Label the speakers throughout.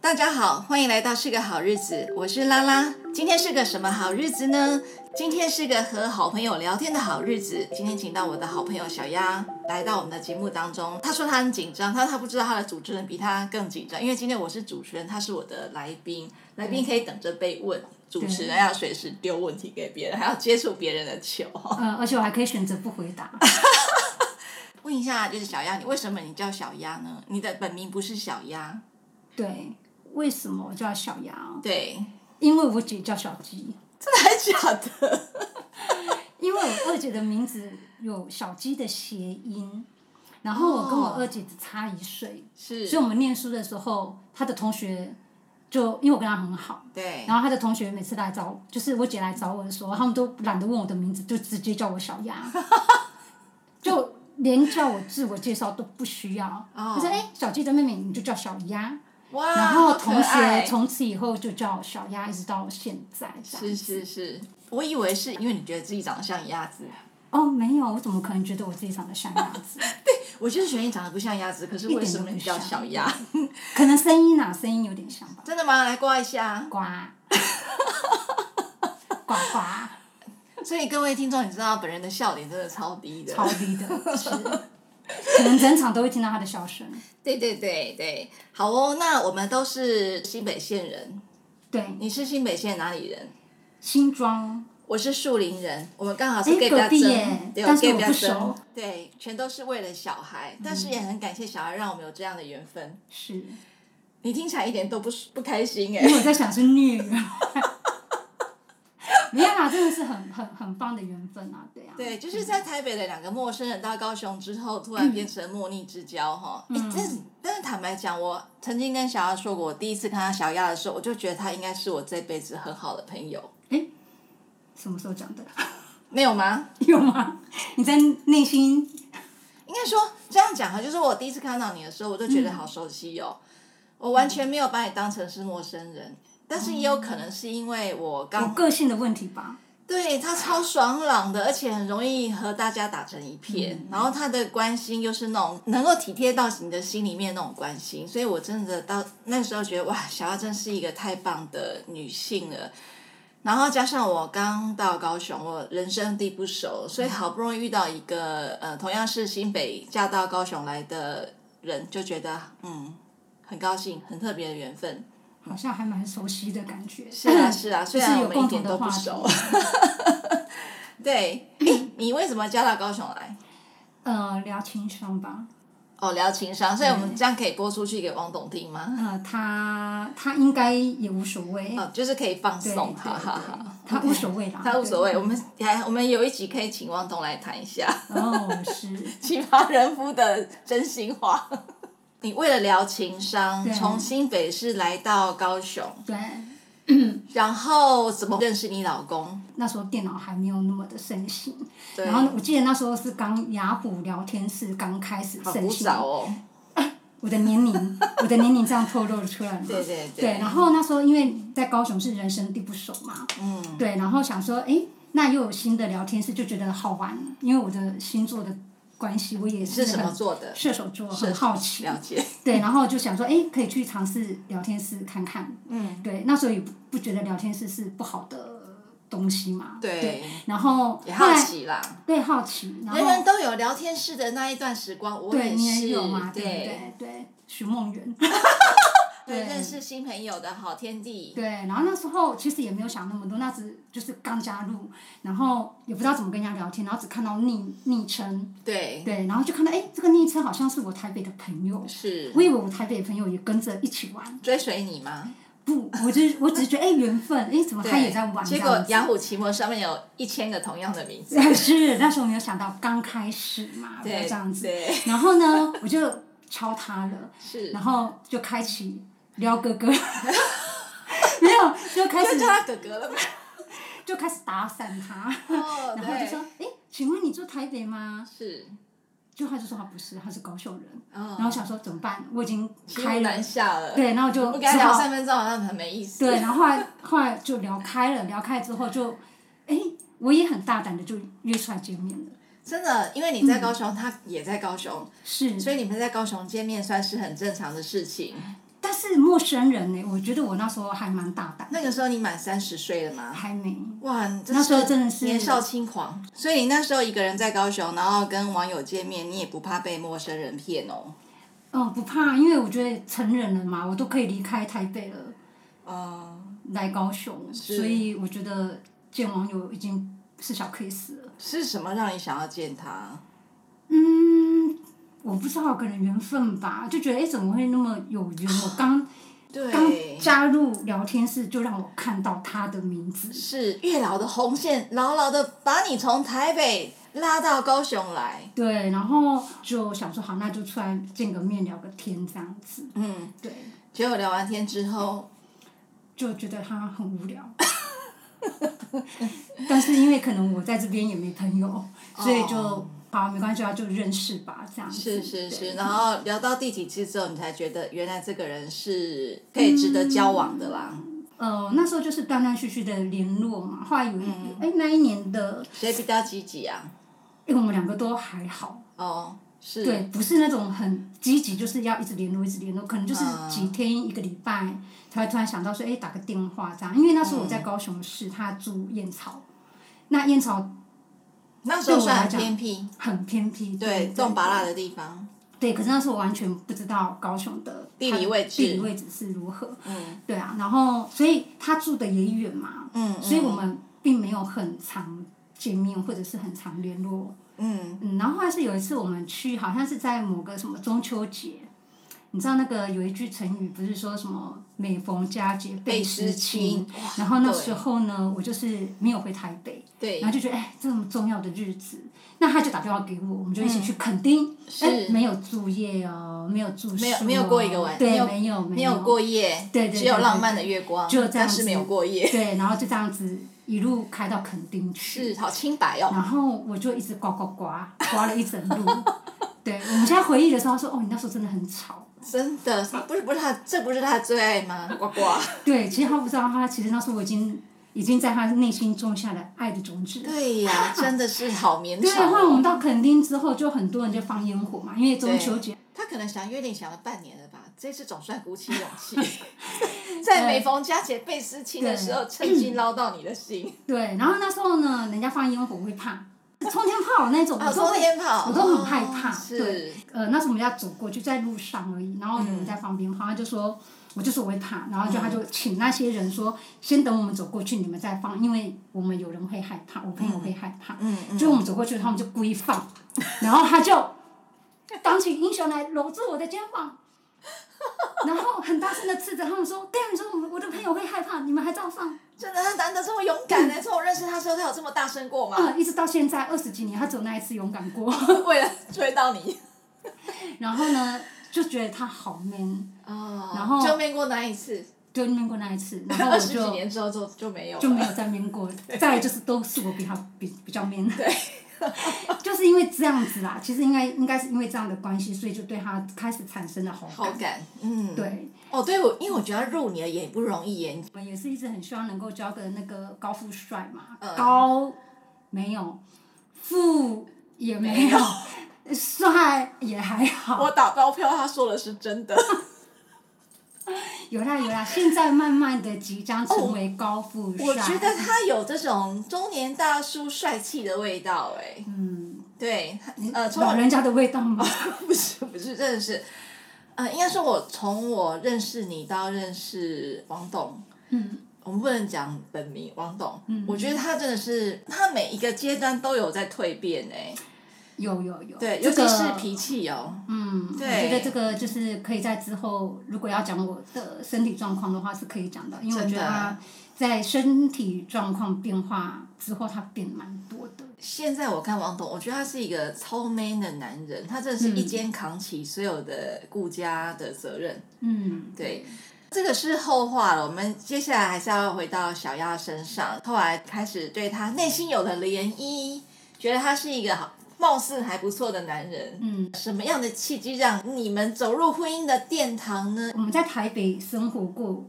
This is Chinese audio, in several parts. Speaker 1: 大家好，欢迎来到是个好日子，我是拉拉。今天是个什么好日子呢？今天是个和好朋友聊天的好日子。今天请到我的好朋友小丫来到我们的节目当中，她说她很紧张，她她不知道她的主持人比她更紧张，因为今天我是主持人，她是我的来宾，来宾可以等着被问。主持人要随时丢问题给别人，还要接触别人的球。
Speaker 2: 嗯，而且我还可以选择不回答。
Speaker 1: 问一下，就是小丫，你为什么你叫小丫呢？你的本名不是小丫，
Speaker 2: 对，为什么我叫小羊？
Speaker 1: 对，
Speaker 2: 因为我姐叫小鸡，
Speaker 1: 真的还假的？
Speaker 2: 因为我二姐的名字有小鸡的谐音，然后我跟我
Speaker 1: 哦
Speaker 2: 二姐只差一岁，
Speaker 1: 是
Speaker 2: 所以我们念书的时候，她的同学就因为我跟她很好，
Speaker 1: 对，
Speaker 2: 然后她的同学每次来找我，就是我姐来找我的时候，他们都懒得问我的名字，就直接叫我小鸭，就连叫我自我介绍都不需要。
Speaker 1: 哦
Speaker 2: 她说：“哎，小鸡的妹妹你就叫小鸭。”
Speaker 1: 哇，
Speaker 2: 然后
Speaker 1: 啊好可
Speaker 2: 同学
Speaker 1: 爱
Speaker 2: 从此以后就叫小鸭，一直到现在这
Speaker 1: 是
Speaker 2: 样。
Speaker 1: 是是，我以为是因为你觉得自己长得像鸭子，
Speaker 2: 哦，没有，我怎么可能觉得我自己长得像鸭子？
Speaker 1: 我就是觉得你长得不像鸭子，可是
Speaker 2: 一
Speaker 1: 为
Speaker 2: 点
Speaker 1: 什
Speaker 2: 都
Speaker 1: 么
Speaker 2: 不
Speaker 1: 你叫
Speaker 2: 像
Speaker 1: 小鸭？
Speaker 2: 可能声音啊，声音有点像吧。
Speaker 1: 真的吗？来刮一下。
Speaker 2: 呱，呱呱，
Speaker 1: 所以各位听众，你知道本人的笑点真的超低的，
Speaker 2: 超低的，是。可能整场都会听到他的笑声。
Speaker 1: 对对对对，好哦。那我们都是新北县人，
Speaker 2: 对，
Speaker 1: 你是新北县哪里人？
Speaker 2: 新庄
Speaker 1: 我是树林人，我们刚好是
Speaker 2: 诶
Speaker 1: gay 家
Speaker 2: 隔壁耶
Speaker 1: 争，对，
Speaker 2: 但是
Speaker 1: 我 gay
Speaker 2: 我
Speaker 1: 家
Speaker 2: 不
Speaker 1: 争
Speaker 2: 熟，
Speaker 1: 对，全都是为了小孩，但是也很感谢小孩让我们有这样的缘分。
Speaker 2: 是，因
Speaker 1: 你听起来一点都不不开心 哎、
Speaker 2: 为我在想是虐人。 没有啦，真的是很很很棒的缘分啊，对啊。
Speaker 1: 对，就是在台北的两个陌生人到高雄之后，突然变成莫逆之交哈。哎、但是但是坦白讲，我曾经跟小丫说过，我第一次看到小丫的时候，我就觉得她应该是我这辈子很好的朋友，
Speaker 2: 什么时候讲的？
Speaker 1: 没有吗？
Speaker 2: 有吗？你在内心
Speaker 1: 应该说这样讲哈，就是我第一次看到你的时候，我就觉得好熟悉哦，我完全没有把你当成是陌生人，但是也有可能是因为我
Speaker 2: 有
Speaker 1: 刚、
Speaker 2: 个性的问题吧？
Speaker 1: 对他超爽朗的，而且很容易和大家打成一片，
Speaker 2: 嗯
Speaker 1: 然后他的关心又是那种能够体贴到你的心里面那种关心，所以我真的到那时候觉得哇，小丫真是一个太棒的女性了。然后加上我刚到高雄，我人生地不熟，所
Speaker 2: 嗯
Speaker 1: 以好不容易遇到一个呃，同样是新北嫁到高雄来的人，就觉得嗯，很高兴，很特别的缘分。
Speaker 2: 好像还蛮熟悉的感觉。
Speaker 1: 是啊，是啊，虽
Speaker 2: 嗯就是
Speaker 1: 然我
Speaker 2: 有
Speaker 1: 们一
Speaker 2: 共
Speaker 1: 点
Speaker 2: 同
Speaker 1: 都
Speaker 2: 的
Speaker 1: 不
Speaker 2: 话题。
Speaker 1: 熟。对，你为什么嫁到高雄来？
Speaker 2: 呃，聊情商吧。
Speaker 1: 哦，聊情商，所以我
Speaker 2: 嗯
Speaker 1: 们这样可以播出去给王董听吗？
Speaker 2: 呃，他他应该也无所谓。
Speaker 1: 哦，就是可以放
Speaker 2: 对
Speaker 1: 松，
Speaker 2: 对
Speaker 1: 好好好
Speaker 2: 对，他无所谓啦。
Speaker 1: 他无所谓。
Speaker 2: 对
Speaker 1: 我。们还我们有一集可以请王董来谈一下
Speaker 2: 哦，是。
Speaker 1: 奇葩人夫的真心话。 你为了聊情商，
Speaker 2: 对
Speaker 1: 从新北市来到高雄，
Speaker 2: 对，
Speaker 1: 然后怎么认识你老公？
Speaker 2: 那时候电脑还没有那么的盛行。
Speaker 1: 对，
Speaker 2: 然后我记得那时候是刚雅虎聊天室刚开始
Speaker 1: 好
Speaker 2: 盛
Speaker 1: 古
Speaker 2: 行。
Speaker 1: 早哦，
Speaker 2: 我的年龄，我的年龄这样透露出来嘛？
Speaker 1: 对对对
Speaker 2: 对。然后那时候因为在高雄是人生地不熟嘛，嗯，对，然后想说，诶，那又有新的聊天室，就觉得好玩，因为我的星座的关系，我也
Speaker 1: 是
Speaker 2: 是
Speaker 1: 什么
Speaker 2: 很
Speaker 1: 做的？
Speaker 2: 射手座，很好 奇，
Speaker 1: 了解。
Speaker 2: 对，然后就想说，诶，可以去尝试聊天室看看，嗯，对，那时候也不不觉得聊天室是不好的东西嘛，
Speaker 1: 对
Speaker 2: 然后
Speaker 1: 也
Speaker 2: 后
Speaker 1: 好
Speaker 2: 来
Speaker 1: 奇啦，
Speaker 2: 对好奇，然后
Speaker 1: 人人都有聊天室的那一段时光，我
Speaker 2: 对
Speaker 1: 也
Speaker 2: 你
Speaker 1: 是
Speaker 2: 也有嘛，对不
Speaker 1: 对
Speaker 2: 对？对，许梦圆。
Speaker 1: 对认识新朋友的好天地，
Speaker 2: 对，然后那时候其实也没有想那么多，那只就是刚加入，然后也不知道怎么跟人家聊天，然后只看到昵昵称，
Speaker 1: 对
Speaker 2: 对，然后就看到哎，诶这个昵称好像是我台北的朋友，
Speaker 1: 是
Speaker 2: 我以为我台北的朋友也跟着一起玩，
Speaker 1: 追随你吗？
Speaker 2: 不，我只是我只是觉得哎缘分，哎怎么他也在玩这
Speaker 1: 结
Speaker 2: 样
Speaker 1: 果
Speaker 2: 子。
Speaker 1: 雅虎奇摩上面有一千个同样的名字，
Speaker 2: 是那时候没有想到刚开始嘛，不要
Speaker 1: 对
Speaker 2: 这样子。
Speaker 1: 对
Speaker 2: 然后呢，我就敲他了，
Speaker 1: 是，
Speaker 2: 然后就开启撩哥 哥，没有就开
Speaker 1: 就
Speaker 2: 始
Speaker 1: 叫他哥哥了吗？
Speaker 2: 就开始打散他。
Speaker 1: 哦，
Speaker 2: 然后就说
Speaker 1: 对，：“
Speaker 2: 哎，请问你住台北吗
Speaker 1: 是，？”
Speaker 2: 就他就说他不是，他是高雄人。然后
Speaker 1: 哦，
Speaker 2: 想说怎么办？我已经
Speaker 1: 骑虎
Speaker 2: 开
Speaker 1: 难
Speaker 2: 了，
Speaker 1: 下了，
Speaker 2: 对，然后
Speaker 1: 不
Speaker 2: 就
Speaker 1: 跟
Speaker 2: 只
Speaker 1: 他聊
Speaker 2: 好
Speaker 1: 三分钟好像很没意思，
Speaker 2: 对，然后后来后来就聊开了，聊开之后就，哎，我也很大胆的就约出来见面了。
Speaker 1: 真的，因为你在高雄，他也在高雄，
Speaker 2: 是，
Speaker 1: 所以你们在高雄见面算是很正常的事情，
Speaker 2: 但是陌生人呢、我觉得我那时候还蛮大胆，
Speaker 1: 那个时候你满三十岁了吗？
Speaker 2: 还没。
Speaker 1: 哇，你
Speaker 2: 那时候真的是
Speaker 1: 年少轻狂，所以你那时候一个人在高雄，然后跟网友见面，你也不怕被陌生人骗哦。
Speaker 2: 哦，不怕，因为我觉得成人了嘛，我都可以离开台北了，
Speaker 1: 哦、
Speaker 2: 来高雄，所以我觉得见网友已经是小 case 了。
Speaker 1: 是什么让你想要见他？
Speaker 2: 嗯，我不知道，可能缘分吧，就觉得哎，怎么会那么有缘？我刚刚
Speaker 1: 对，
Speaker 2: 加入聊天室，就让我看到他的名字。
Speaker 1: 是月老的红线牢牢的把你从台北拉到高雄来。
Speaker 2: 对，然后就想说好，那就出来见个面，聊个天这样子。
Speaker 1: 嗯，
Speaker 2: 对，
Speaker 1: 结果聊完天之后，
Speaker 2: 就觉得他很无聊。 但是因为可能我在这边也没朋友，所以就、好没关系啊，就认识吧，这样子。
Speaker 1: 是是是，
Speaker 2: 对
Speaker 1: 然后聊到第几次之后，你才觉得原来这个人是可以值得交往的啦。
Speaker 2: 呃，那时候就是断断续续的联络嘛，后来有一
Speaker 1: 嗯
Speaker 2: 哎、那一年的，
Speaker 1: 谁比较积极啊？
Speaker 2: 哎我们两个都还好，
Speaker 1: 哦，是，
Speaker 2: 对，不是那种很积极，就是要一直联络，一直联络，可能就是几天、一个礼拜才会突然想到说，哎、打个电话这样。因为那时候我
Speaker 1: 嗯
Speaker 2: 在高雄市，他住燕巢，那燕巢
Speaker 1: 那时候
Speaker 2: 对我来
Speaker 1: 算很
Speaker 2: 讲
Speaker 1: 偏僻，
Speaker 2: 很偏僻，
Speaker 1: 对，种拔蜡的地方。
Speaker 2: 对，可是那时候我完全不知道高雄的
Speaker 1: 地理位置
Speaker 2: 地理位置是如何。
Speaker 1: 嗯
Speaker 2: 对啊，然后所以他住的也远嘛，
Speaker 1: 嗯
Speaker 2: 所以我们并没有很常见面或者是很常联络。
Speaker 1: 嗯，
Speaker 2: 嗯，然后后来是有一次我们去，好像是在某个什么中秋节，你知道那个有一句成语不是说什么“每逢佳节倍思亲”，
Speaker 1: 倍思亲哇
Speaker 2: 然后那时候呢，我就是没有回台北，
Speaker 1: 对
Speaker 2: 然后就觉得哎，这么重要的日子，那他就打电话给我，我们就一起去垦丁，哎、
Speaker 1: 嗯是
Speaker 2: 没有住夜哦，没有住宿、哦，
Speaker 1: 没有没有过一个晚，
Speaker 2: 对，
Speaker 1: 没有
Speaker 2: 没有
Speaker 1: 没有过夜，
Speaker 2: 对对对
Speaker 1: 只有浪漫的月光，
Speaker 2: 只有这
Speaker 1: 但
Speaker 2: 样子
Speaker 1: 是没有过夜，
Speaker 2: 对，然后就这样子一路开到垦丁 去，
Speaker 1: 是好清白哦。
Speaker 2: 然后我就一直刮刮刮，刮了一整路。对，我们现在回忆的时候，他说：“哦，你那时候真的很吵。
Speaker 1: 真的，不是不是他，这不是他最爱吗？呱呱，”
Speaker 2: 对，其实他不知道，他其实那时候我已经已经在他内心种下了爱的种子。
Speaker 1: 对呀，真的是好绵
Speaker 2: 对，
Speaker 1: 长
Speaker 2: 后来我们
Speaker 1: 哦。
Speaker 2: 到垦丁之后，就很多人就放烟火嘛，因为中秋节。
Speaker 1: 他可能想约定想了半年了吧，这次总算鼓起勇 气，在每逢佳节倍思亲的时候， 趁机捞到你的心。
Speaker 2: 对，然后那时候呢，人家放烟火我会怕，冲天炮那种，
Speaker 1: 啊，
Speaker 2: 我都
Speaker 1: 冲
Speaker 2: 会，
Speaker 1: 天跑，
Speaker 2: 我都很害怕。
Speaker 1: 哦
Speaker 2: 对
Speaker 1: 是，，
Speaker 2: 呃，那时候我们要走过去，在路上而已，然后有人在放鞭炮，他就说，我就说我会怕，然后就他就请那些人说，先等我们走过去，你们再放，因为我们有人会害怕，我朋友会害怕，
Speaker 1: 嗯嗯，
Speaker 2: 就我们走过去，他们就故意放，然后他就当起英雄来搂住我的肩膀。然后很大声的斥责他们说：“跟你们说，我们我的朋友会害怕，你们还照放。
Speaker 1: 真的，他难得这么勇敢呢。从我认识他之后，他有这么大声过吗？
Speaker 2: 啊，一直到现在二十几年，他只有那一次勇敢过。
Speaker 1: 为了追到你，
Speaker 2: 然后呢，就觉得他好 man，
Speaker 1: 哦
Speaker 2: 然后
Speaker 1: 就面过那一次，
Speaker 2: 就 man 过那一 次，然后我
Speaker 1: 二十几
Speaker 2: 就
Speaker 1: 年之后就就没有
Speaker 2: 就没
Speaker 1: 了。
Speaker 2: 有再 man 过。再来就是都是我比他比比较 man，就是因为这样子啦。其实应该应该是因为这样的关系，所以就对他开始产生了好
Speaker 1: 好
Speaker 2: 感。
Speaker 1: 感，嗯，
Speaker 2: 对，
Speaker 1: 哦，对，我因为我觉得入你的也不容易耶，
Speaker 2: 我们也是一直很希望能够交个那个高富帅嘛，
Speaker 1: 嗯
Speaker 2: 高没有，富也没有，帅也还好。
Speaker 1: 我打包票，他说的是真 的。
Speaker 2: 有啦有啦，现在慢慢的即将成为高富帅。
Speaker 1: 哦我觉得他有这种中年大叔帅气的味道，哎，
Speaker 2: 嗯，
Speaker 1: 对，呃，从我
Speaker 2: 老人家的味道吗？
Speaker 1: 不是不是，真的是，呃，应该说我从我认识你到认识王董，
Speaker 2: 嗯，
Speaker 1: 我们不能讲本名王董，我觉得他真的是他每一个阶段都有在蜕变哎、
Speaker 2: 有有有。
Speaker 1: 对，
Speaker 2: 这
Speaker 1: 尤
Speaker 2: 个
Speaker 1: 其是脾气哦，
Speaker 2: 嗯，我
Speaker 1: 对
Speaker 2: 觉得这个就是可以在之后，如果要讲我的身体状况的话，是可以讲的，因为我
Speaker 1: 真的
Speaker 2: 觉得他在身体状况变化之后，他变蛮多的。
Speaker 1: 现在我看王董，我觉得他是一个超 man 的男人，他真的
Speaker 2: 嗯
Speaker 1: 是一肩扛起所有的顾家的责任，
Speaker 2: 嗯，
Speaker 1: 对。这个是后话了，我们接下来还是要回到小丫身上。后来开始对他内心有了涟漪，觉得他是一个好，貌似还不错的男人。
Speaker 2: 嗯，
Speaker 1: 什么样的契机让你们走入婚姻的殿堂呢？
Speaker 2: 我们在台北生活过，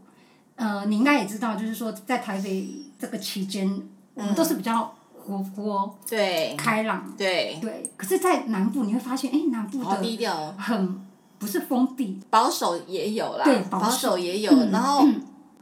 Speaker 2: 呃，你应该也知道，就是说在台北这个期间，我们都是比较活泼、
Speaker 1: 对，
Speaker 2: 开朗，
Speaker 1: 对，
Speaker 2: 对，可是，在南部你会发现，哎，南部
Speaker 1: 好低
Speaker 2: 的
Speaker 1: 调哦。
Speaker 2: 很不是封闭，
Speaker 1: 保守也有啦，
Speaker 2: 对
Speaker 1: 保
Speaker 2: 保守
Speaker 1: 也有，
Speaker 2: 嗯
Speaker 1: 然后
Speaker 2: 嗯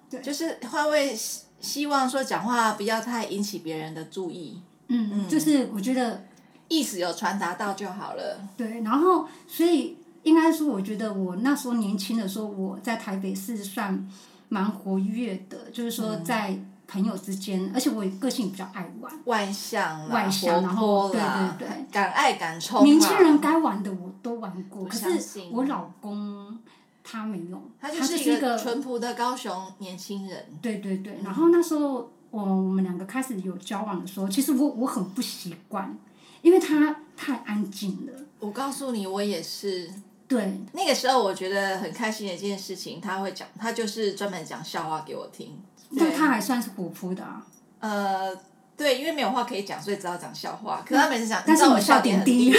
Speaker 2: 对
Speaker 1: 就是换位希希望说讲话不要太引起别人的注意，
Speaker 2: 嗯，就是我觉得
Speaker 1: 意思有传达到就好了。
Speaker 2: 对，然后所以应该说，我觉得我那时候年轻的时候，我在台北是算蛮活跃的，就是
Speaker 1: 嗯
Speaker 2: 说在朋友之间，而且我个性比较爱玩，
Speaker 1: 外向啦，
Speaker 2: 外向
Speaker 1: 活
Speaker 2: 然
Speaker 1: 泼
Speaker 2: 后
Speaker 1: 啦，
Speaker 2: 对对
Speaker 1: 敢爱敢冲啦。啊
Speaker 2: 年轻人该玩的我都玩过，可
Speaker 1: 相
Speaker 2: 是
Speaker 1: 信
Speaker 2: 我老公他没有，
Speaker 1: 他
Speaker 2: 他
Speaker 1: 就
Speaker 2: 就是
Speaker 1: 一
Speaker 2: 个
Speaker 1: 个嗯淳朴的高雄年轻人，
Speaker 2: 对对对，然后那时候我我们两个开始有交往的时候，其实我我很不习惯，因为他太安静了，
Speaker 1: 我告诉你，我也是。
Speaker 2: 对，
Speaker 1: 那个时候我觉得很开心的一件事情，他会讲，他就是专门讲笑话给我听。
Speaker 2: 但他还算是活泼的啊。
Speaker 1: 呃，对，因为没有话可以讲，所以只好讲笑话。可是他每次讲，
Speaker 2: 嗯但
Speaker 1: 啊你知
Speaker 2: 是
Speaker 1: 道
Speaker 2: 我
Speaker 1: 我笑
Speaker 2: 笑
Speaker 1: 点
Speaker 2: 点
Speaker 1: 很
Speaker 2: 低
Speaker 1: 低，，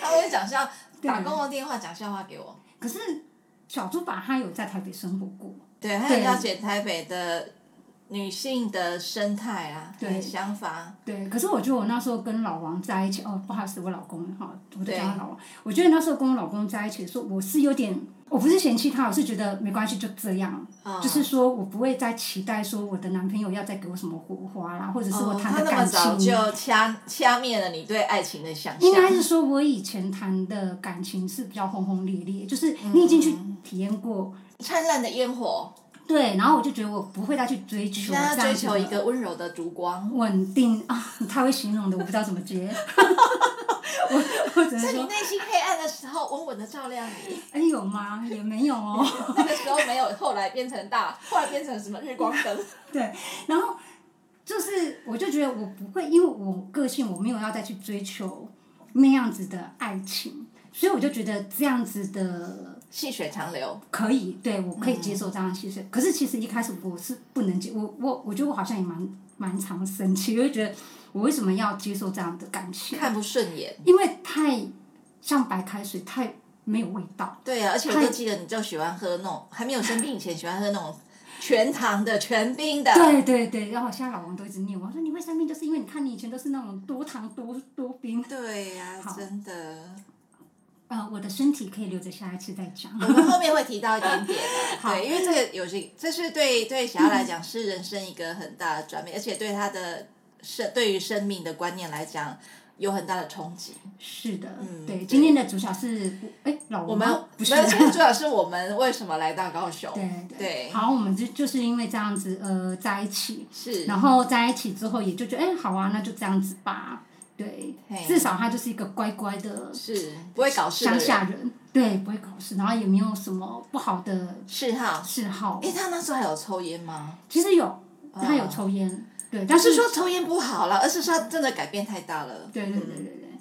Speaker 1: 他会讲笑，
Speaker 2: 对
Speaker 1: 打公共电话讲笑话给我。
Speaker 2: 可是小猪爸他有在台北生活过，
Speaker 1: 对，还有了解台北的女性的生态啊，
Speaker 2: 对
Speaker 1: 还有想法，
Speaker 2: 对，可是我觉得我那时候跟老王在一起，哦，不好意思，我老公哈，我都
Speaker 1: 对
Speaker 2: 叫他老王。我觉得那时候跟我老公在一起的时候，我是有点，我不是嫌弃他，我是觉得没关系，就这样。
Speaker 1: 啊
Speaker 2: 就是说我不会再期待说我的男朋友要再给我什么火花啦，或者是我
Speaker 1: 哦，他
Speaker 2: 谈
Speaker 1: 那
Speaker 2: 的
Speaker 1: 么
Speaker 2: 感情。
Speaker 1: 早就掐掐灭了你对爱情的想象
Speaker 2: 应。该是说，我以前谈的感情是比较轰轰烈烈，就是
Speaker 1: 嗯
Speaker 2: 你已经去体验过，
Speaker 1: 灿烂的烟火，
Speaker 2: 对，然后我就觉得我不会再去追
Speaker 1: 现
Speaker 2: 求
Speaker 1: 在
Speaker 2: 这
Speaker 1: 追
Speaker 2: 样子
Speaker 1: 求一
Speaker 2: 的
Speaker 1: 个温柔的烛光。
Speaker 2: 稳定 啊，你太会形容的，我不知道怎么接。 我我只能
Speaker 1: 在你
Speaker 2: 说，
Speaker 1: 内心黑暗的时候，稳稳的照亮你。
Speaker 2: 哎，有吗？也没有哦。
Speaker 1: 那个时候没有，后来变成大，后来变成什么日光 灯。
Speaker 2: 对，然后就是我就觉得我不会，因为我个性我没有要再去追求那样子的爱情，所以我就觉得这样子的
Speaker 1: 细水长流，
Speaker 2: 可以，对我可以接受这样的薪水。可是其实一开始我是不能接，我我我觉得我好像也蛮蛮常生气，我就觉得我为什么要接受这样的感情？
Speaker 1: 看不顺眼。
Speaker 2: 因为太像白开水，太没有味道。
Speaker 1: 对啊，而且我就记得你就喜欢喝那种，还没有生病以前喜欢喝那种全糖的、全冰的。
Speaker 2: 对对对，然后现在老王都一直念我，他说你会生病就是因为你看你以前都是那种多糖多多冰。
Speaker 1: 对呀、
Speaker 2: 好
Speaker 1: 真的。
Speaker 2: 呃，我的身体可以留着下一次再讲。
Speaker 1: 我们后面会提到一点点，
Speaker 2: 好
Speaker 1: 对，因为这个有些，这是对对霞来讲是人生一个很大的转变，而且对她的生对于生命的观念来讲有很大的冲击。
Speaker 2: 是的，
Speaker 1: 嗯对
Speaker 2: 对，今天的主角是哎老
Speaker 1: 我
Speaker 2: 王
Speaker 1: 们
Speaker 2: 吗，不是
Speaker 1: 没有，其实主要是我们为什么来到高雄？
Speaker 2: 对
Speaker 1: 对
Speaker 2: 好，我们就就是因为这样子呃在一起，
Speaker 1: 是，
Speaker 2: 然后在一起之后也就觉得哎、好啊，那就这样子吧。对
Speaker 1: 嘿，
Speaker 2: 至少他就是一个乖乖的
Speaker 1: 是不会搞事的
Speaker 2: 乡
Speaker 1: 人
Speaker 2: 下人，对，不会搞事，然后也没有什么不好的
Speaker 1: 嗜好。
Speaker 2: 嗜好。
Speaker 1: 哎，他那时候还有抽烟吗？
Speaker 2: 其实有，他有抽烟，对，但
Speaker 1: 不哦是
Speaker 2: 是
Speaker 1: 说抽烟不好啦，而是说他真的改变太大了。
Speaker 2: 对对对对对，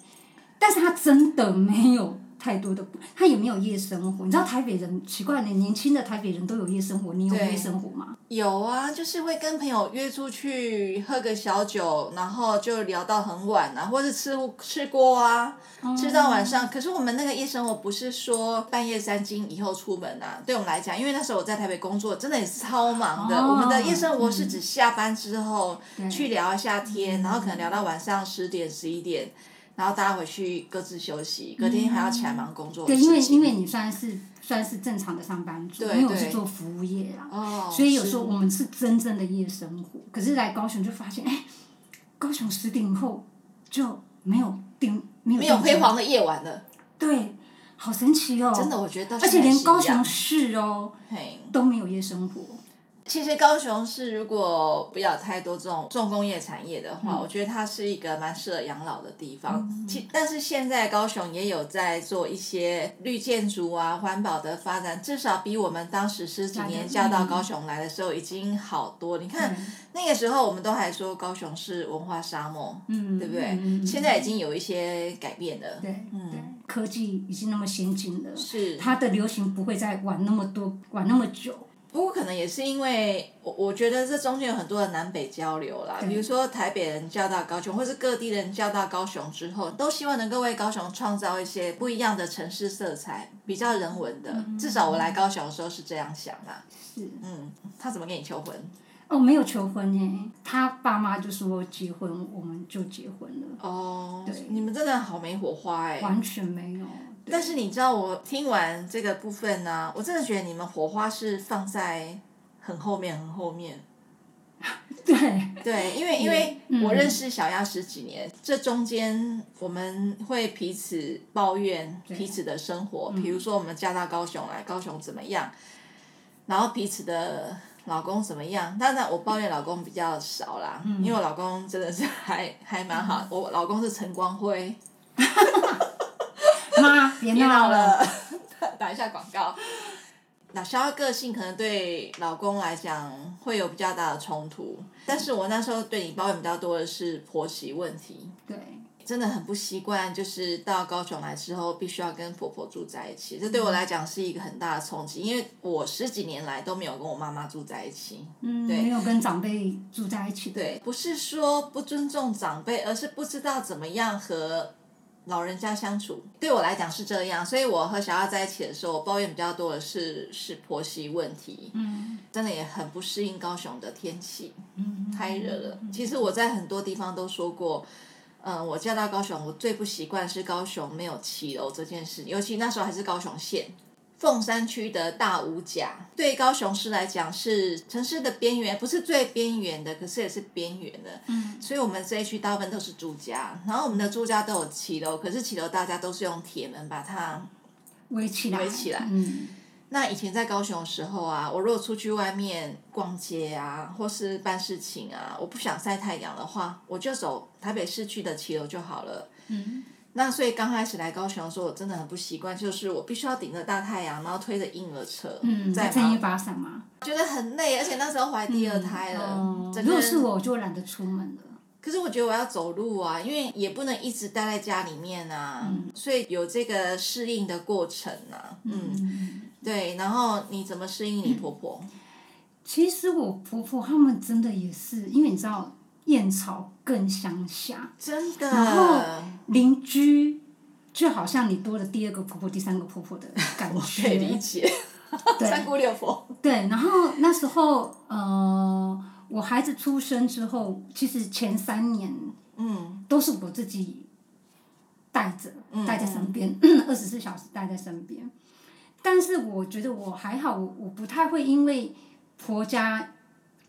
Speaker 2: 但是他真的没有太多的，他也没有夜生活。你知道台北人奇怪，连年轻的台北人都有夜生活，你有
Speaker 1: 对
Speaker 2: 夜生活吗？
Speaker 1: 有啊，就是会跟朋友约出去喝个小酒，然后就聊到很晚啊，或是吃吃锅啊，
Speaker 2: 哦
Speaker 1: 吃到晚上。可是我们那个夜生活不是说半夜三更以后出门啊，对我们来讲，因为那时候我在台北工作，真的也是超忙的。
Speaker 2: 哦
Speaker 1: 我们的夜生活是指下班之后、
Speaker 2: 对
Speaker 1: 去聊一下天，然后可能聊到晚上十点十一点，然后大家回去各自休息，隔天还要起来忙工作的
Speaker 2: 对，
Speaker 1: 事情。
Speaker 2: 因为因为你算是算是正常的上班族，
Speaker 1: 对
Speaker 2: 因为我是
Speaker 1: 对
Speaker 2: 做服务业啦，
Speaker 1: 哦，
Speaker 2: 所以有时候
Speaker 1: 是
Speaker 2: 我们是真正的夜生活。可是来高雄就发现，哎，高雄十点以后就没有定没有
Speaker 1: 没有
Speaker 2: 定
Speaker 1: 辉
Speaker 2: 时
Speaker 1: 煌的夜晚了，
Speaker 2: 对，好神奇哦！
Speaker 1: 真的，我觉得到
Speaker 2: 而且
Speaker 1: 现在
Speaker 2: 连
Speaker 1: 是一
Speaker 2: 高
Speaker 1: 样
Speaker 2: 雄市哦
Speaker 1: 嘿。
Speaker 2: 都没有夜生活。
Speaker 1: 其实高雄市如果不要太多这种重工业产业的话，我觉得它是一个蛮适合养老的地方。其但是现在高雄也有在做一些绿建筑啊、环保的发展，至少比我们当时十几年嫁到高雄来的时候已经好多。你看那个时候我们都还说高雄是文化沙漠，
Speaker 2: 嗯，
Speaker 1: 对不对？
Speaker 2: 嗯嗯嗯
Speaker 1: 现在已经有一些改变了，
Speaker 2: 对，对，科技已经那么先进了，
Speaker 1: 嗯是
Speaker 2: 它的流行不会再玩那么多，玩那么久。
Speaker 1: 不过可能也是因为我我觉得这中间有很多的南北交流啦，比如说台北人嫁到高雄，或是各地人嫁到高雄之后，都希望能够为高雄创造一些不一样的城市色彩，比较人文的。至少我来高雄的时候是这样想啦。
Speaker 2: 是
Speaker 1: 嗯，他怎么跟你求婚？
Speaker 2: 哦，没有求婚耶，他爸妈就说结婚，我们就结婚了，
Speaker 1: 哦
Speaker 2: 对
Speaker 1: 你们真的好没火花哎、
Speaker 2: 完全没有。
Speaker 1: 但是你知道，我听完这个部分呢、我真的觉得你们火花是放在很后面，很后面。
Speaker 2: 对，
Speaker 1: 对，因为因为我认识小鸭十几年，这中间我们会彼此抱怨彼此的生活，比如说我们嫁到高雄来，高雄怎么样，然后彼此的老公怎么样。当然我抱怨老公比较少啦，因为我老公真的是还还蛮好，我老公是陈光辉，
Speaker 2: 妈别
Speaker 1: 别
Speaker 2: 闹了，
Speaker 1: 了，打一下广告。那小二个性可能对老公来讲会有比较大的冲突，但是我那时候对你抱怨比较多的是婆媳问题，
Speaker 2: 对，
Speaker 1: 真的很不习惯，就是到高雄来之后必须要跟婆婆住在一起，这对我来讲是一个很大的冲击，因为我十几年来都没有跟我妈妈住在一起。
Speaker 2: 嗯，
Speaker 1: 对
Speaker 2: 没有跟长辈住在一起，
Speaker 1: 对，不是说不尊重长辈，而是不知道怎么样和老人家相处。对我来讲是这样，所以我和小二在一起的时候，我抱怨比较多的是是婆媳问题，
Speaker 2: 嗯
Speaker 1: 真的也很不适应高雄的天气，
Speaker 2: 嗯，
Speaker 1: 太热了。其实我在很多地方都说过。嗯，我嫁到高雄，我最不习惯是高雄没有骑楼这件事，尤其那时候还是高雄县凤山区的大五甲，对高雄市来讲是城市的边缘，不是最边缘的，可是也是边缘的。
Speaker 2: 嗯，
Speaker 1: 所以我们这一区大部分都是住家，然后我们的住家都有骑楼，可是骑楼大家都是用铁门把它。
Speaker 2: 围起来，
Speaker 1: 围起来
Speaker 2: 嗯，
Speaker 1: 那以前在高雄的时候啊，我如果出去外面逛街啊，或是办事情啊，我不想晒太阳的话，我就走台北市区的骑楼就好了。
Speaker 2: 嗯，
Speaker 1: 那所以刚开始来高雄的时候，我真的很不习惯，就是我必须要顶着大太阳，然后推着婴儿车，
Speaker 2: 嗯，
Speaker 1: 在
Speaker 2: 撑一
Speaker 1: 忙，
Speaker 2: 把伞嘛。
Speaker 1: 觉得很累，而且那时候怀第二胎了，
Speaker 2: 哦
Speaker 1: 整
Speaker 2: 如
Speaker 1: 个
Speaker 2: 果
Speaker 1: 人
Speaker 2: 是我，我就懒得出门了。
Speaker 1: 可是我觉得我要走路啊，因为也不能一直待在家里面啊，所以有这个适应的过程啊，嗯，
Speaker 2: 嗯嗯，
Speaker 1: 对。然后你怎么适应你婆婆？
Speaker 2: 其实我婆婆他们真的也是，因为你知道燕巢更乡下，
Speaker 1: 真
Speaker 2: 然
Speaker 1: 的
Speaker 2: 后，邻居就好像你多了第二个婆婆、第三个婆婆的 感
Speaker 1: 可以理
Speaker 2: 觉。
Speaker 1: 解，三
Speaker 2: 对
Speaker 1: 姑六婆，
Speaker 2: 对，然后那时候呃，我孩子出生之后，其实前三年
Speaker 1: 嗯
Speaker 2: 都是我自己带着
Speaker 1: 嗯，
Speaker 2: 带在身边， 二十四小时带在身边。但是我觉得我还好，我我不太会因为婆家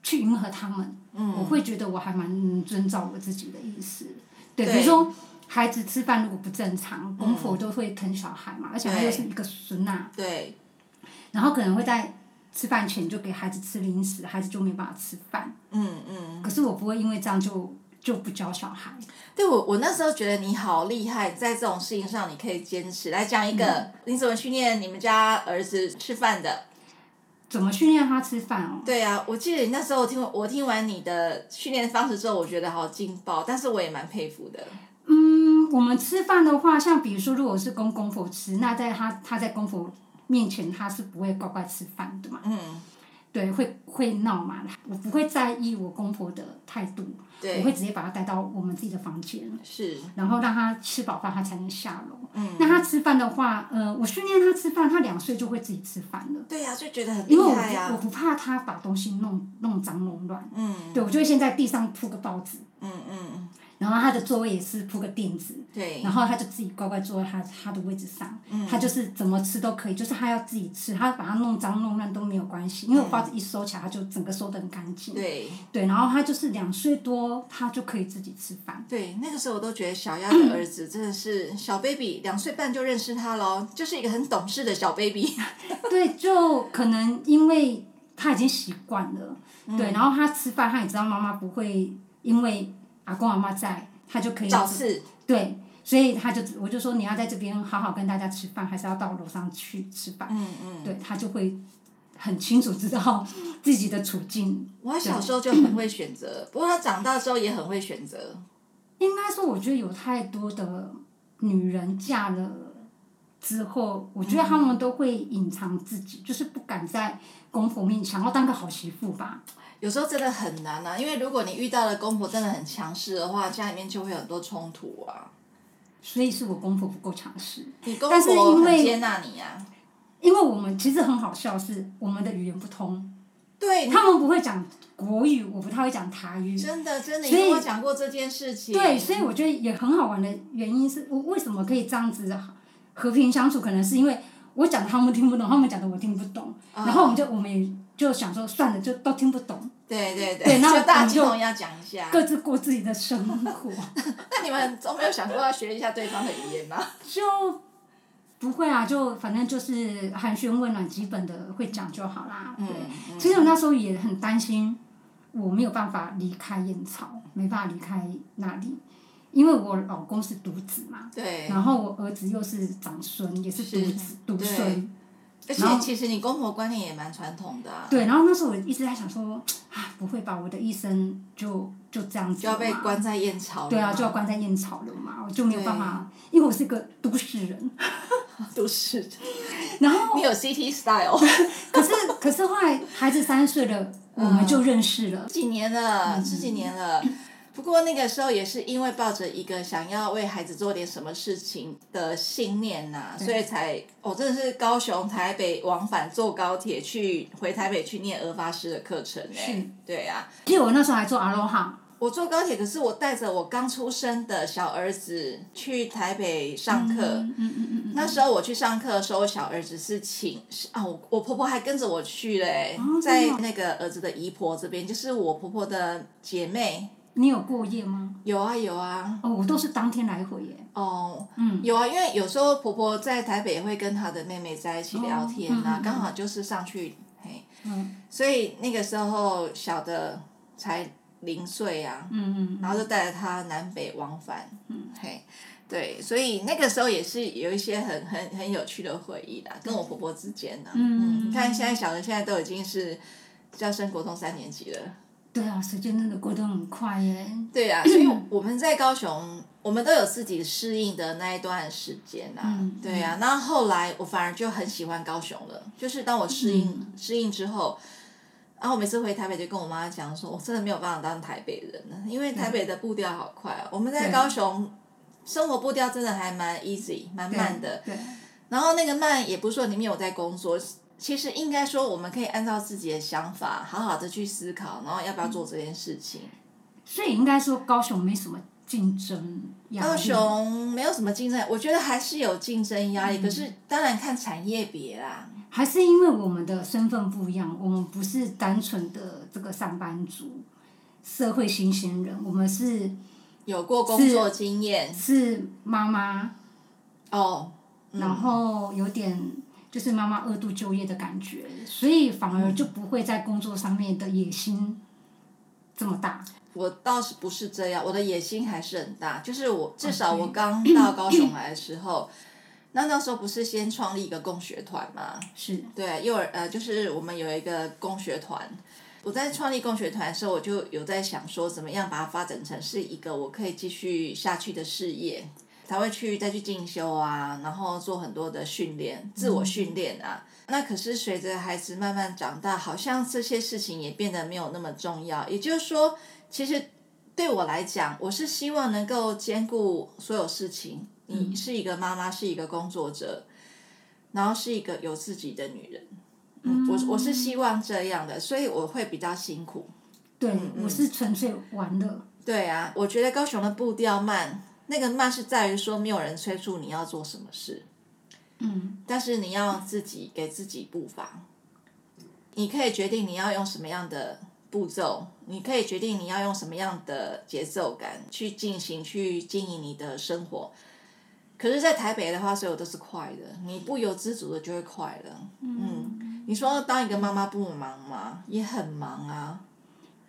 Speaker 2: 去迎合他们，我
Speaker 1: 嗯，
Speaker 2: 会觉得我还蛮遵照我自己的意思。对，
Speaker 1: 对嗯
Speaker 2: 比如说孩子吃饭如果不正常，公婆都会疼小孩嘛，而且他又是一个孙啊呐、
Speaker 1: 对，
Speaker 2: 然后可能会在吃饭前就给孩子吃零食，孩子就没办法吃饭。
Speaker 1: 嗯嗯，
Speaker 2: 可是我不会因为这样就就不教小孩。
Speaker 1: 对我我那时候觉得你好厉害，在这种事情上你可以坚持。来讲一个，你怎么训练你们家儿子吃饭的？
Speaker 2: 怎么训练他吃饭哦？
Speaker 1: 对啊，我记得你那时候我听我听完你的训练方式之后，我觉得好劲爆，但是我也蛮佩服的。
Speaker 2: 嗯，我们吃饭的话，像比如说，如果是跟公婆吃，那在他他在公婆面前，他是不会乖乖吃饭的嘛，
Speaker 1: 嗯，
Speaker 2: 对，会会闹嘛，我不会在意我公婆的态度，我会
Speaker 1: 对，
Speaker 2: 直接把他带到我们自己的房间，
Speaker 1: 是，
Speaker 2: 然后让他吃饱饭，他才能下楼。
Speaker 1: 嗯，
Speaker 2: 那他吃饭的话，呃，我训练他吃饭，他两岁就会自己吃饭了，
Speaker 1: 对啊呀、就觉得很厉
Speaker 2: 因为我不、
Speaker 1: 害呀、啊
Speaker 2: 我不怕他把东西弄弄脏弄乱，
Speaker 1: 嗯
Speaker 2: 对我就会先在地上铺个报纸，
Speaker 1: 嗯嗯，
Speaker 2: 然后他的座位也是铺个垫子，
Speaker 1: 对
Speaker 2: 然，后他就自己乖乖坐在他他的位置上，
Speaker 1: 嗯
Speaker 2: 他就是怎么吃都可以，就是他要自己吃，他把它弄脏弄乱都没有关系，因为我报纸一收起来，他就整个收得很干净。
Speaker 1: 嗯对
Speaker 2: 对然后他就是两岁多，他就可以自己吃饭。
Speaker 1: 对，那个时候我都觉得小鸭的儿子真的是小 baby，两岁半就认识他喽，就是一个很懂事的小 baby。
Speaker 2: 对，就可能因为他已经习惯了，
Speaker 1: 嗯
Speaker 2: 对，然后他吃饭他也知道妈妈不会因为阿公阿妈在，他就可以
Speaker 1: 找
Speaker 2: 自
Speaker 1: 事，
Speaker 2: 对。所以他就我就说你要在这边好好跟大家吃饭，还是要到楼上去吃饭？
Speaker 1: 嗯嗯，
Speaker 2: 对他就会很清楚知道 自己的处境。
Speaker 1: 我小时候就很会选择，不过他长大之后也很会选择。
Speaker 2: 应该说，我觉得有太多的女人嫁了之后，我觉得她
Speaker 1: 嗯
Speaker 2: 们都会隐藏自己，就是不敢在公婆面前想要当个好媳妇吧。
Speaker 1: 有时候真的很难啊，因为如果你遇到了公婆真的很强势的话，家里面就会有很多冲突啊。
Speaker 2: 所以是我公婆不够强势，
Speaker 1: 你公
Speaker 2: 但是
Speaker 1: 婆
Speaker 2: 因
Speaker 1: 很
Speaker 2: 为
Speaker 1: 接纳你啊，
Speaker 2: 因为我们其实很好笑是，我们的语言不通，欸
Speaker 1: 对，
Speaker 2: 他们不会讲国语，我不太会讲台语。
Speaker 1: 真的真的，你
Speaker 2: 所以
Speaker 1: 跟我讲过这件事情。
Speaker 2: 对，所以我觉得也很好玩的原因是，我为什么可以这样子和平相处，可能是因为我讲的他们听不懂，他们讲的我听不懂，
Speaker 1: 啊
Speaker 2: 然后我们就我们也就想说算了，就都听不懂，
Speaker 1: 对对
Speaker 2: 对那
Speaker 1: 就大家
Speaker 2: 我就
Speaker 1: 同要讲一下。
Speaker 2: 各自过自己的生活，
Speaker 1: 那你们都没有想过要学一下对方的语言吗？
Speaker 2: 就不会啊，就反正就是寒暄问暖基本的会讲就好啦。
Speaker 1: 嗯
Speaker 2: 对，其实我那时候也很担心，我没有办法离开燕巢，没办法离开那里，因为我老公是独子嘛，
Speaker 1: 对，
Speaker 2: 然后我儿子又是长孙，也是独
Speaker 1: 是
Speaker 2: 子独
Speaker 1: 对
Speaker 2: 孙，
Speaker 1: 而
Speaker 2: 然
Speaker 1: 且
Speaker 2: 后
Speaker 1: 其实你公婆观念也蛮传统的、啊，
Speaker 2: 对。然后那时候我一直在想说，啊，不会吧，我的一生就就这样子
Speaker 1: 就要被
Speaker 2: 了吗
Speaker 1: 关在燕巢了嘛。
Speaker 2: 对啊，就要关在燕巢了嘛，我就没有办
Speaker 1: 对
Speaker 2: 法，因为我是个都市人。
Speaker 1: 都是。
Speaker 2: 然 后嗯
Speaker 1: 你有 CT style，
Speaker 2: 可是可是后来孩子三岁了，我们
Speaker 1: 嗯
Speaker 2: 就认识了。
Speaker 1: 几年了，
Speaker 2: 嗯
Speaker 1: 这几年了。不过那个时候也是因为抱着一个想要为孩子做点什么事情的信念呐、所以才我、真的是高雄台北往返坐高铁去回台北去念俄发师的课程哎、
Speaker 2: 是
Speaker 1: 对啊，
Speaker 2: 记得我那时候还做阿罗哈，
Speaker 1: 我坐高铁，可是我带着我刚出生的小儿子去台北上课。
Speaker 2: 嗯嗯嗯嗯，
Speaker 1: 那时候我去上课的时候，我小儿子是请是啊，我我婆婆还跟着我去嘞、在
Speaker 2: 真的哦
Speaker 1: 那个儿子的姨婆这边，就是我婆婆的姐妹。
Speaker 2: 你有过夜吗？
Speaker 1: 有啊有啊，
Speaker 2: 哦，我都是当天来回耶。
Speaker 1: 哦，
Speaker 2: 嗯，
Speaker 1: 有啊，因为有时候婆婆在台北会跟她的妹妹在一起聊天
Speaker 2: 哦嗯
Speaker 1: 啊，
Speaker 2: 嗯
Speaker 1: 刚、好就是上去，嘿，
Speaker 2: 嗯
Speaker 1: 所以那个时候小的才零岁啊，
Speaker 2: 嗯嗯，
Speaker 1: 然后就带着他南北往返，嗯，嘿，对，所以那个时候也是有一些很很很有趣的回忆啦，跟我婆婆之间呢、
Speaker 2: 嗯
Speaker 1: 你看现在小的现在都已经是要升国中三年级了，
Speaker 2: 对啊，时间真的过得很快耶。
Speaker 1: 对啊，所以我们在高雄，我们都有自己适应的那一段时间啦，
Speaker 2: 嗯
Speaker 1: 对啊，那后来我反而就很喜欢高雄了，就是当我适应、
Speaker 2: 嗯
Speaker 1: 适应之后。然后我每次回台北就跟我妈讲说，我真的没有办法当台北人了，因为台北的步调好快、哦。我们在
Speaker 2: 对
Speaker 1: 高雄生活步调真的还蛮 easy，蛮慢的。
Speaker 2: 对，
Speaker 1: 然后那个慢也不是说你没有在工作，其实应该说我们可以按照自己的想法，好好的去思考，然后要不要
Speaker 2: 嗯
Speaker 1: 做这件事情。
Speaker 2: 所以应该说高雄没什么竞争压力。
Speaker 1: 高雄没有什么竞争，我觉得还是有竞争压力，可
Speaker 2: 嗯
Speaker 1: 是当然看产业别啦。
Speaker 2: 还是因为我们的身份不一样，我们不是单纯的这个上班族、社会新鲜人，我们是
Speaker 1: 有过工作经验
Speaker 2: 是妈妈，
Speaker 1: 哦，
Speaker 2: 然后有点就是妈妈二度就业的感觉，所以反而就不会在工作上面的野心这么大。
Speaker 1: 我倒是不是这样，我的野心还是很大。就是我至少我刚到高雄来的时候，那那时候不是先创立一个共学团嘛？
Speaker 2: 是，
Speaker 1: 对，幼儿呃，就是我们有一个共学团。我在创立共学团的时候，我就有在想说，怎么样把它发展成是一个我可以继续下去的事业，才会去再去进修啊，然后做很多的训练，自我训练啊。那可是随着孩子慢慢长大，好像这些事情也变得没有那么重要。也就是说，其实对我来讲，我是希望能够兼顾所有事情。你是一个妈妈，是一个工作者，然后是一个有自己的女人。嗯，我我是希望这样的，所以我会比较辛苦。
Speaker 2: 对，我是纯粹玩乐。
Speaker 1: 对啊，我觉得高雄的步调慢，那个慢是在于说没有人催促你要做什么事，
Speaker 2: 嗯，
Speaker 1: 但是你要自己给自己步伐，你可以决定你要用什么样的步骤，你可以决定你要用什么样的节奏感去进行去经营你的生活。可是，在台北的话，所有都是快的，你不由自主的就会快了。嗯，你说当一个妈妈不忙吗？也很忙啊。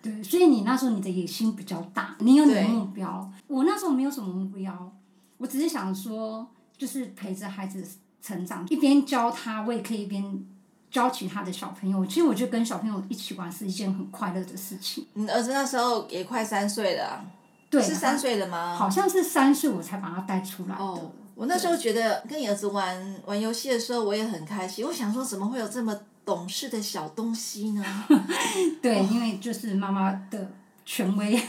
Speaker 2: 对，所以你那时候你的野心比较大，你有你的
Speaker 1: 对
Speaker 2: 目标。我那时候没有什么目标，我只是想说，就是陪着孩子成长，一边教他，我也可以一边教其他的小朋友。其实我觉得跟小朋友一起玩是一件很快乐的事情。
Speaker 1: 你嗯儿子那时候也快三岁了啊、
Speaker 2: 对，
Speaker 1: 是三岁了吗？
Speaker 2: 好像是三岁我才把他带出来的。
Speaker 1: 哦，我那时候觉得跟你儿子玩玩游戏的时候，我也很开心。我想说，怎么会有这么懂事的小东西 呢？
Speaker 2: 对，因为就是妈妈的权威，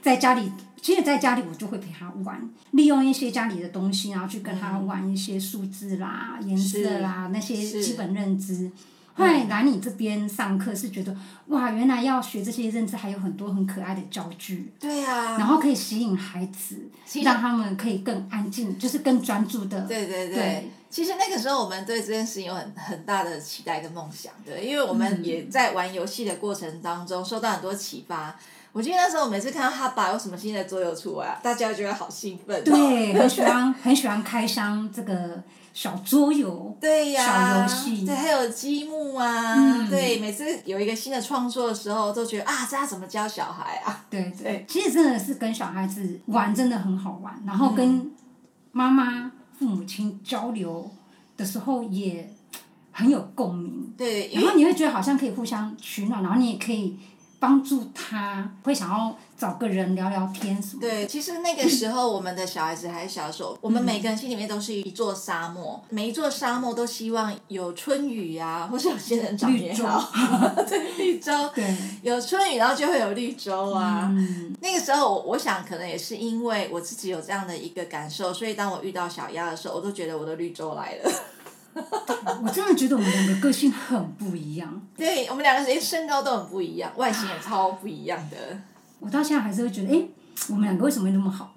Speaker 2: 在家里，其实在家里我就会陪他玩，利用一些家里的东西，然后去跟他玩一些数字啦、颜色啦那些
Speaker 1: 嗯是嗯
Speaker 2: 基本认知。后来来你这边上课是觉得哇，原来要学这些认知还有很多很可爱的教具，
Speaker 1: 对啊呀、
Speaker 2: 然后可以吸引孩子，让他们可以更安静，就是更专注的。
Speaker 1: 对对对。
Speaker 2: 对
Speaker 1: 其实那个时候我们对这件事情有很很大的期待跟梦想，对，因为我
Speaker 2: 嗯
Speaker 1: 们也在玩游戏的过程当中受到很多启发。我记得那时候每次看到哈爸有什么新的桌游出来，大家觉得好兴奋、哦。
Speaker 2: 对，很喜欢很喜欢开箱这个小桌游。
Speaker 1: 对呀、
Speaker 2: 小游戏
Speaker 1: 对，还有积木啊，
Speaker 2: 嗯
Speaker 1: 对，每次有一个新的创作的时候，都觉得啊，这要怎么教小孩啊？
Speaker 2: 对
Speaker 1: 对，
Speaker 2: 其实真的是跟小孩子玩真的很好玩，然后跟
Speaker 1: 嗯
Speaker 2: 妈妈、父母亲交流的时候也很有共鸣，
Speaker 1: 对，因
Speaker 2: 然
Speaker 1: 为
Speaker 2: 后你会觉得好像可以互相取暖，然后你也可以帮助他，会想要找个人聊聊天什么的。
Speaker 1: 对，其实那个时候我们的小孩子还小的时候，我们每个人心里面都是一座沙漠，
Speaker 2: 嗯
Speaker 1: 每一座沙漠都希望有春雨啊，或是有仙人掌也好， 对，绿洲。
Speaker 2: 对，
Speaker 1: 有春雨，然后就会有绿洲啊。
Speaker 2: 嗯，
Speaker 1: 那个时候我，我想可能也是因为我自己有这样的一个感受，所以当我遇到小鸭的时候，我都觉得我的绿洲来了。
Speaker 2: 我真的觉得我们两个个性很不一样，
Speaker 1: 对我们两个连身高都很不一样，外形也超不一样的。
Speaker 2: 我到现在还是会觉得，哎，我们两个为什么会那么好？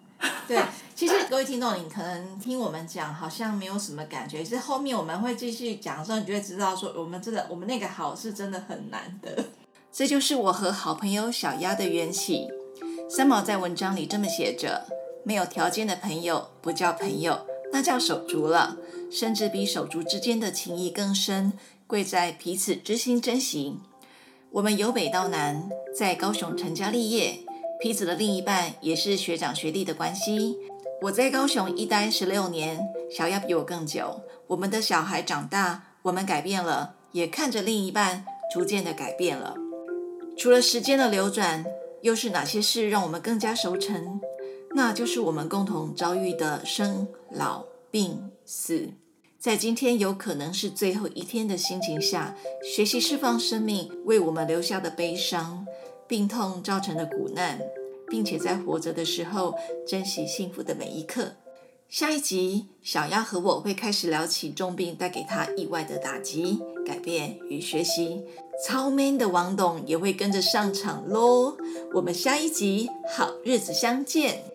Speaker 1: 对，其实各位听众，你可能听我们讲好像没有什么感觉，是后面我们会继续讲的时候，你就会知道说，我们真的，我们那个好是真的很难得。这就是我和好朋友小鸭的缘起。三毛在文章里这么写着：没有条件的朋友不叫朋友，那叫手足了，甚至比手足之间的情谊更深，贵在彼此知心珍惜。我们由北到南，在高雄成家立业，彼此的另一半也是学长学弟的关系。我在高雄一待十六年，小亚比我更久。我们的小孩长大，我们改变了，也看着另一半逐渐的改变了。除了时间的流转，又是哪些事让我们更加熟成？那就是我们共同遭遇的生、老、病、死。在今天有可能是最后一天的心情下，学习释放生命为我们留下的悲伤、病痛造成的苦难，并且在活着的时候珍惜幸福的每一刻。下一集，小鸭和我会开始聊起重病带给他意外的打击、改变与学习。超 man 的王董也会跟着上场喽！我们下一集好日子相见。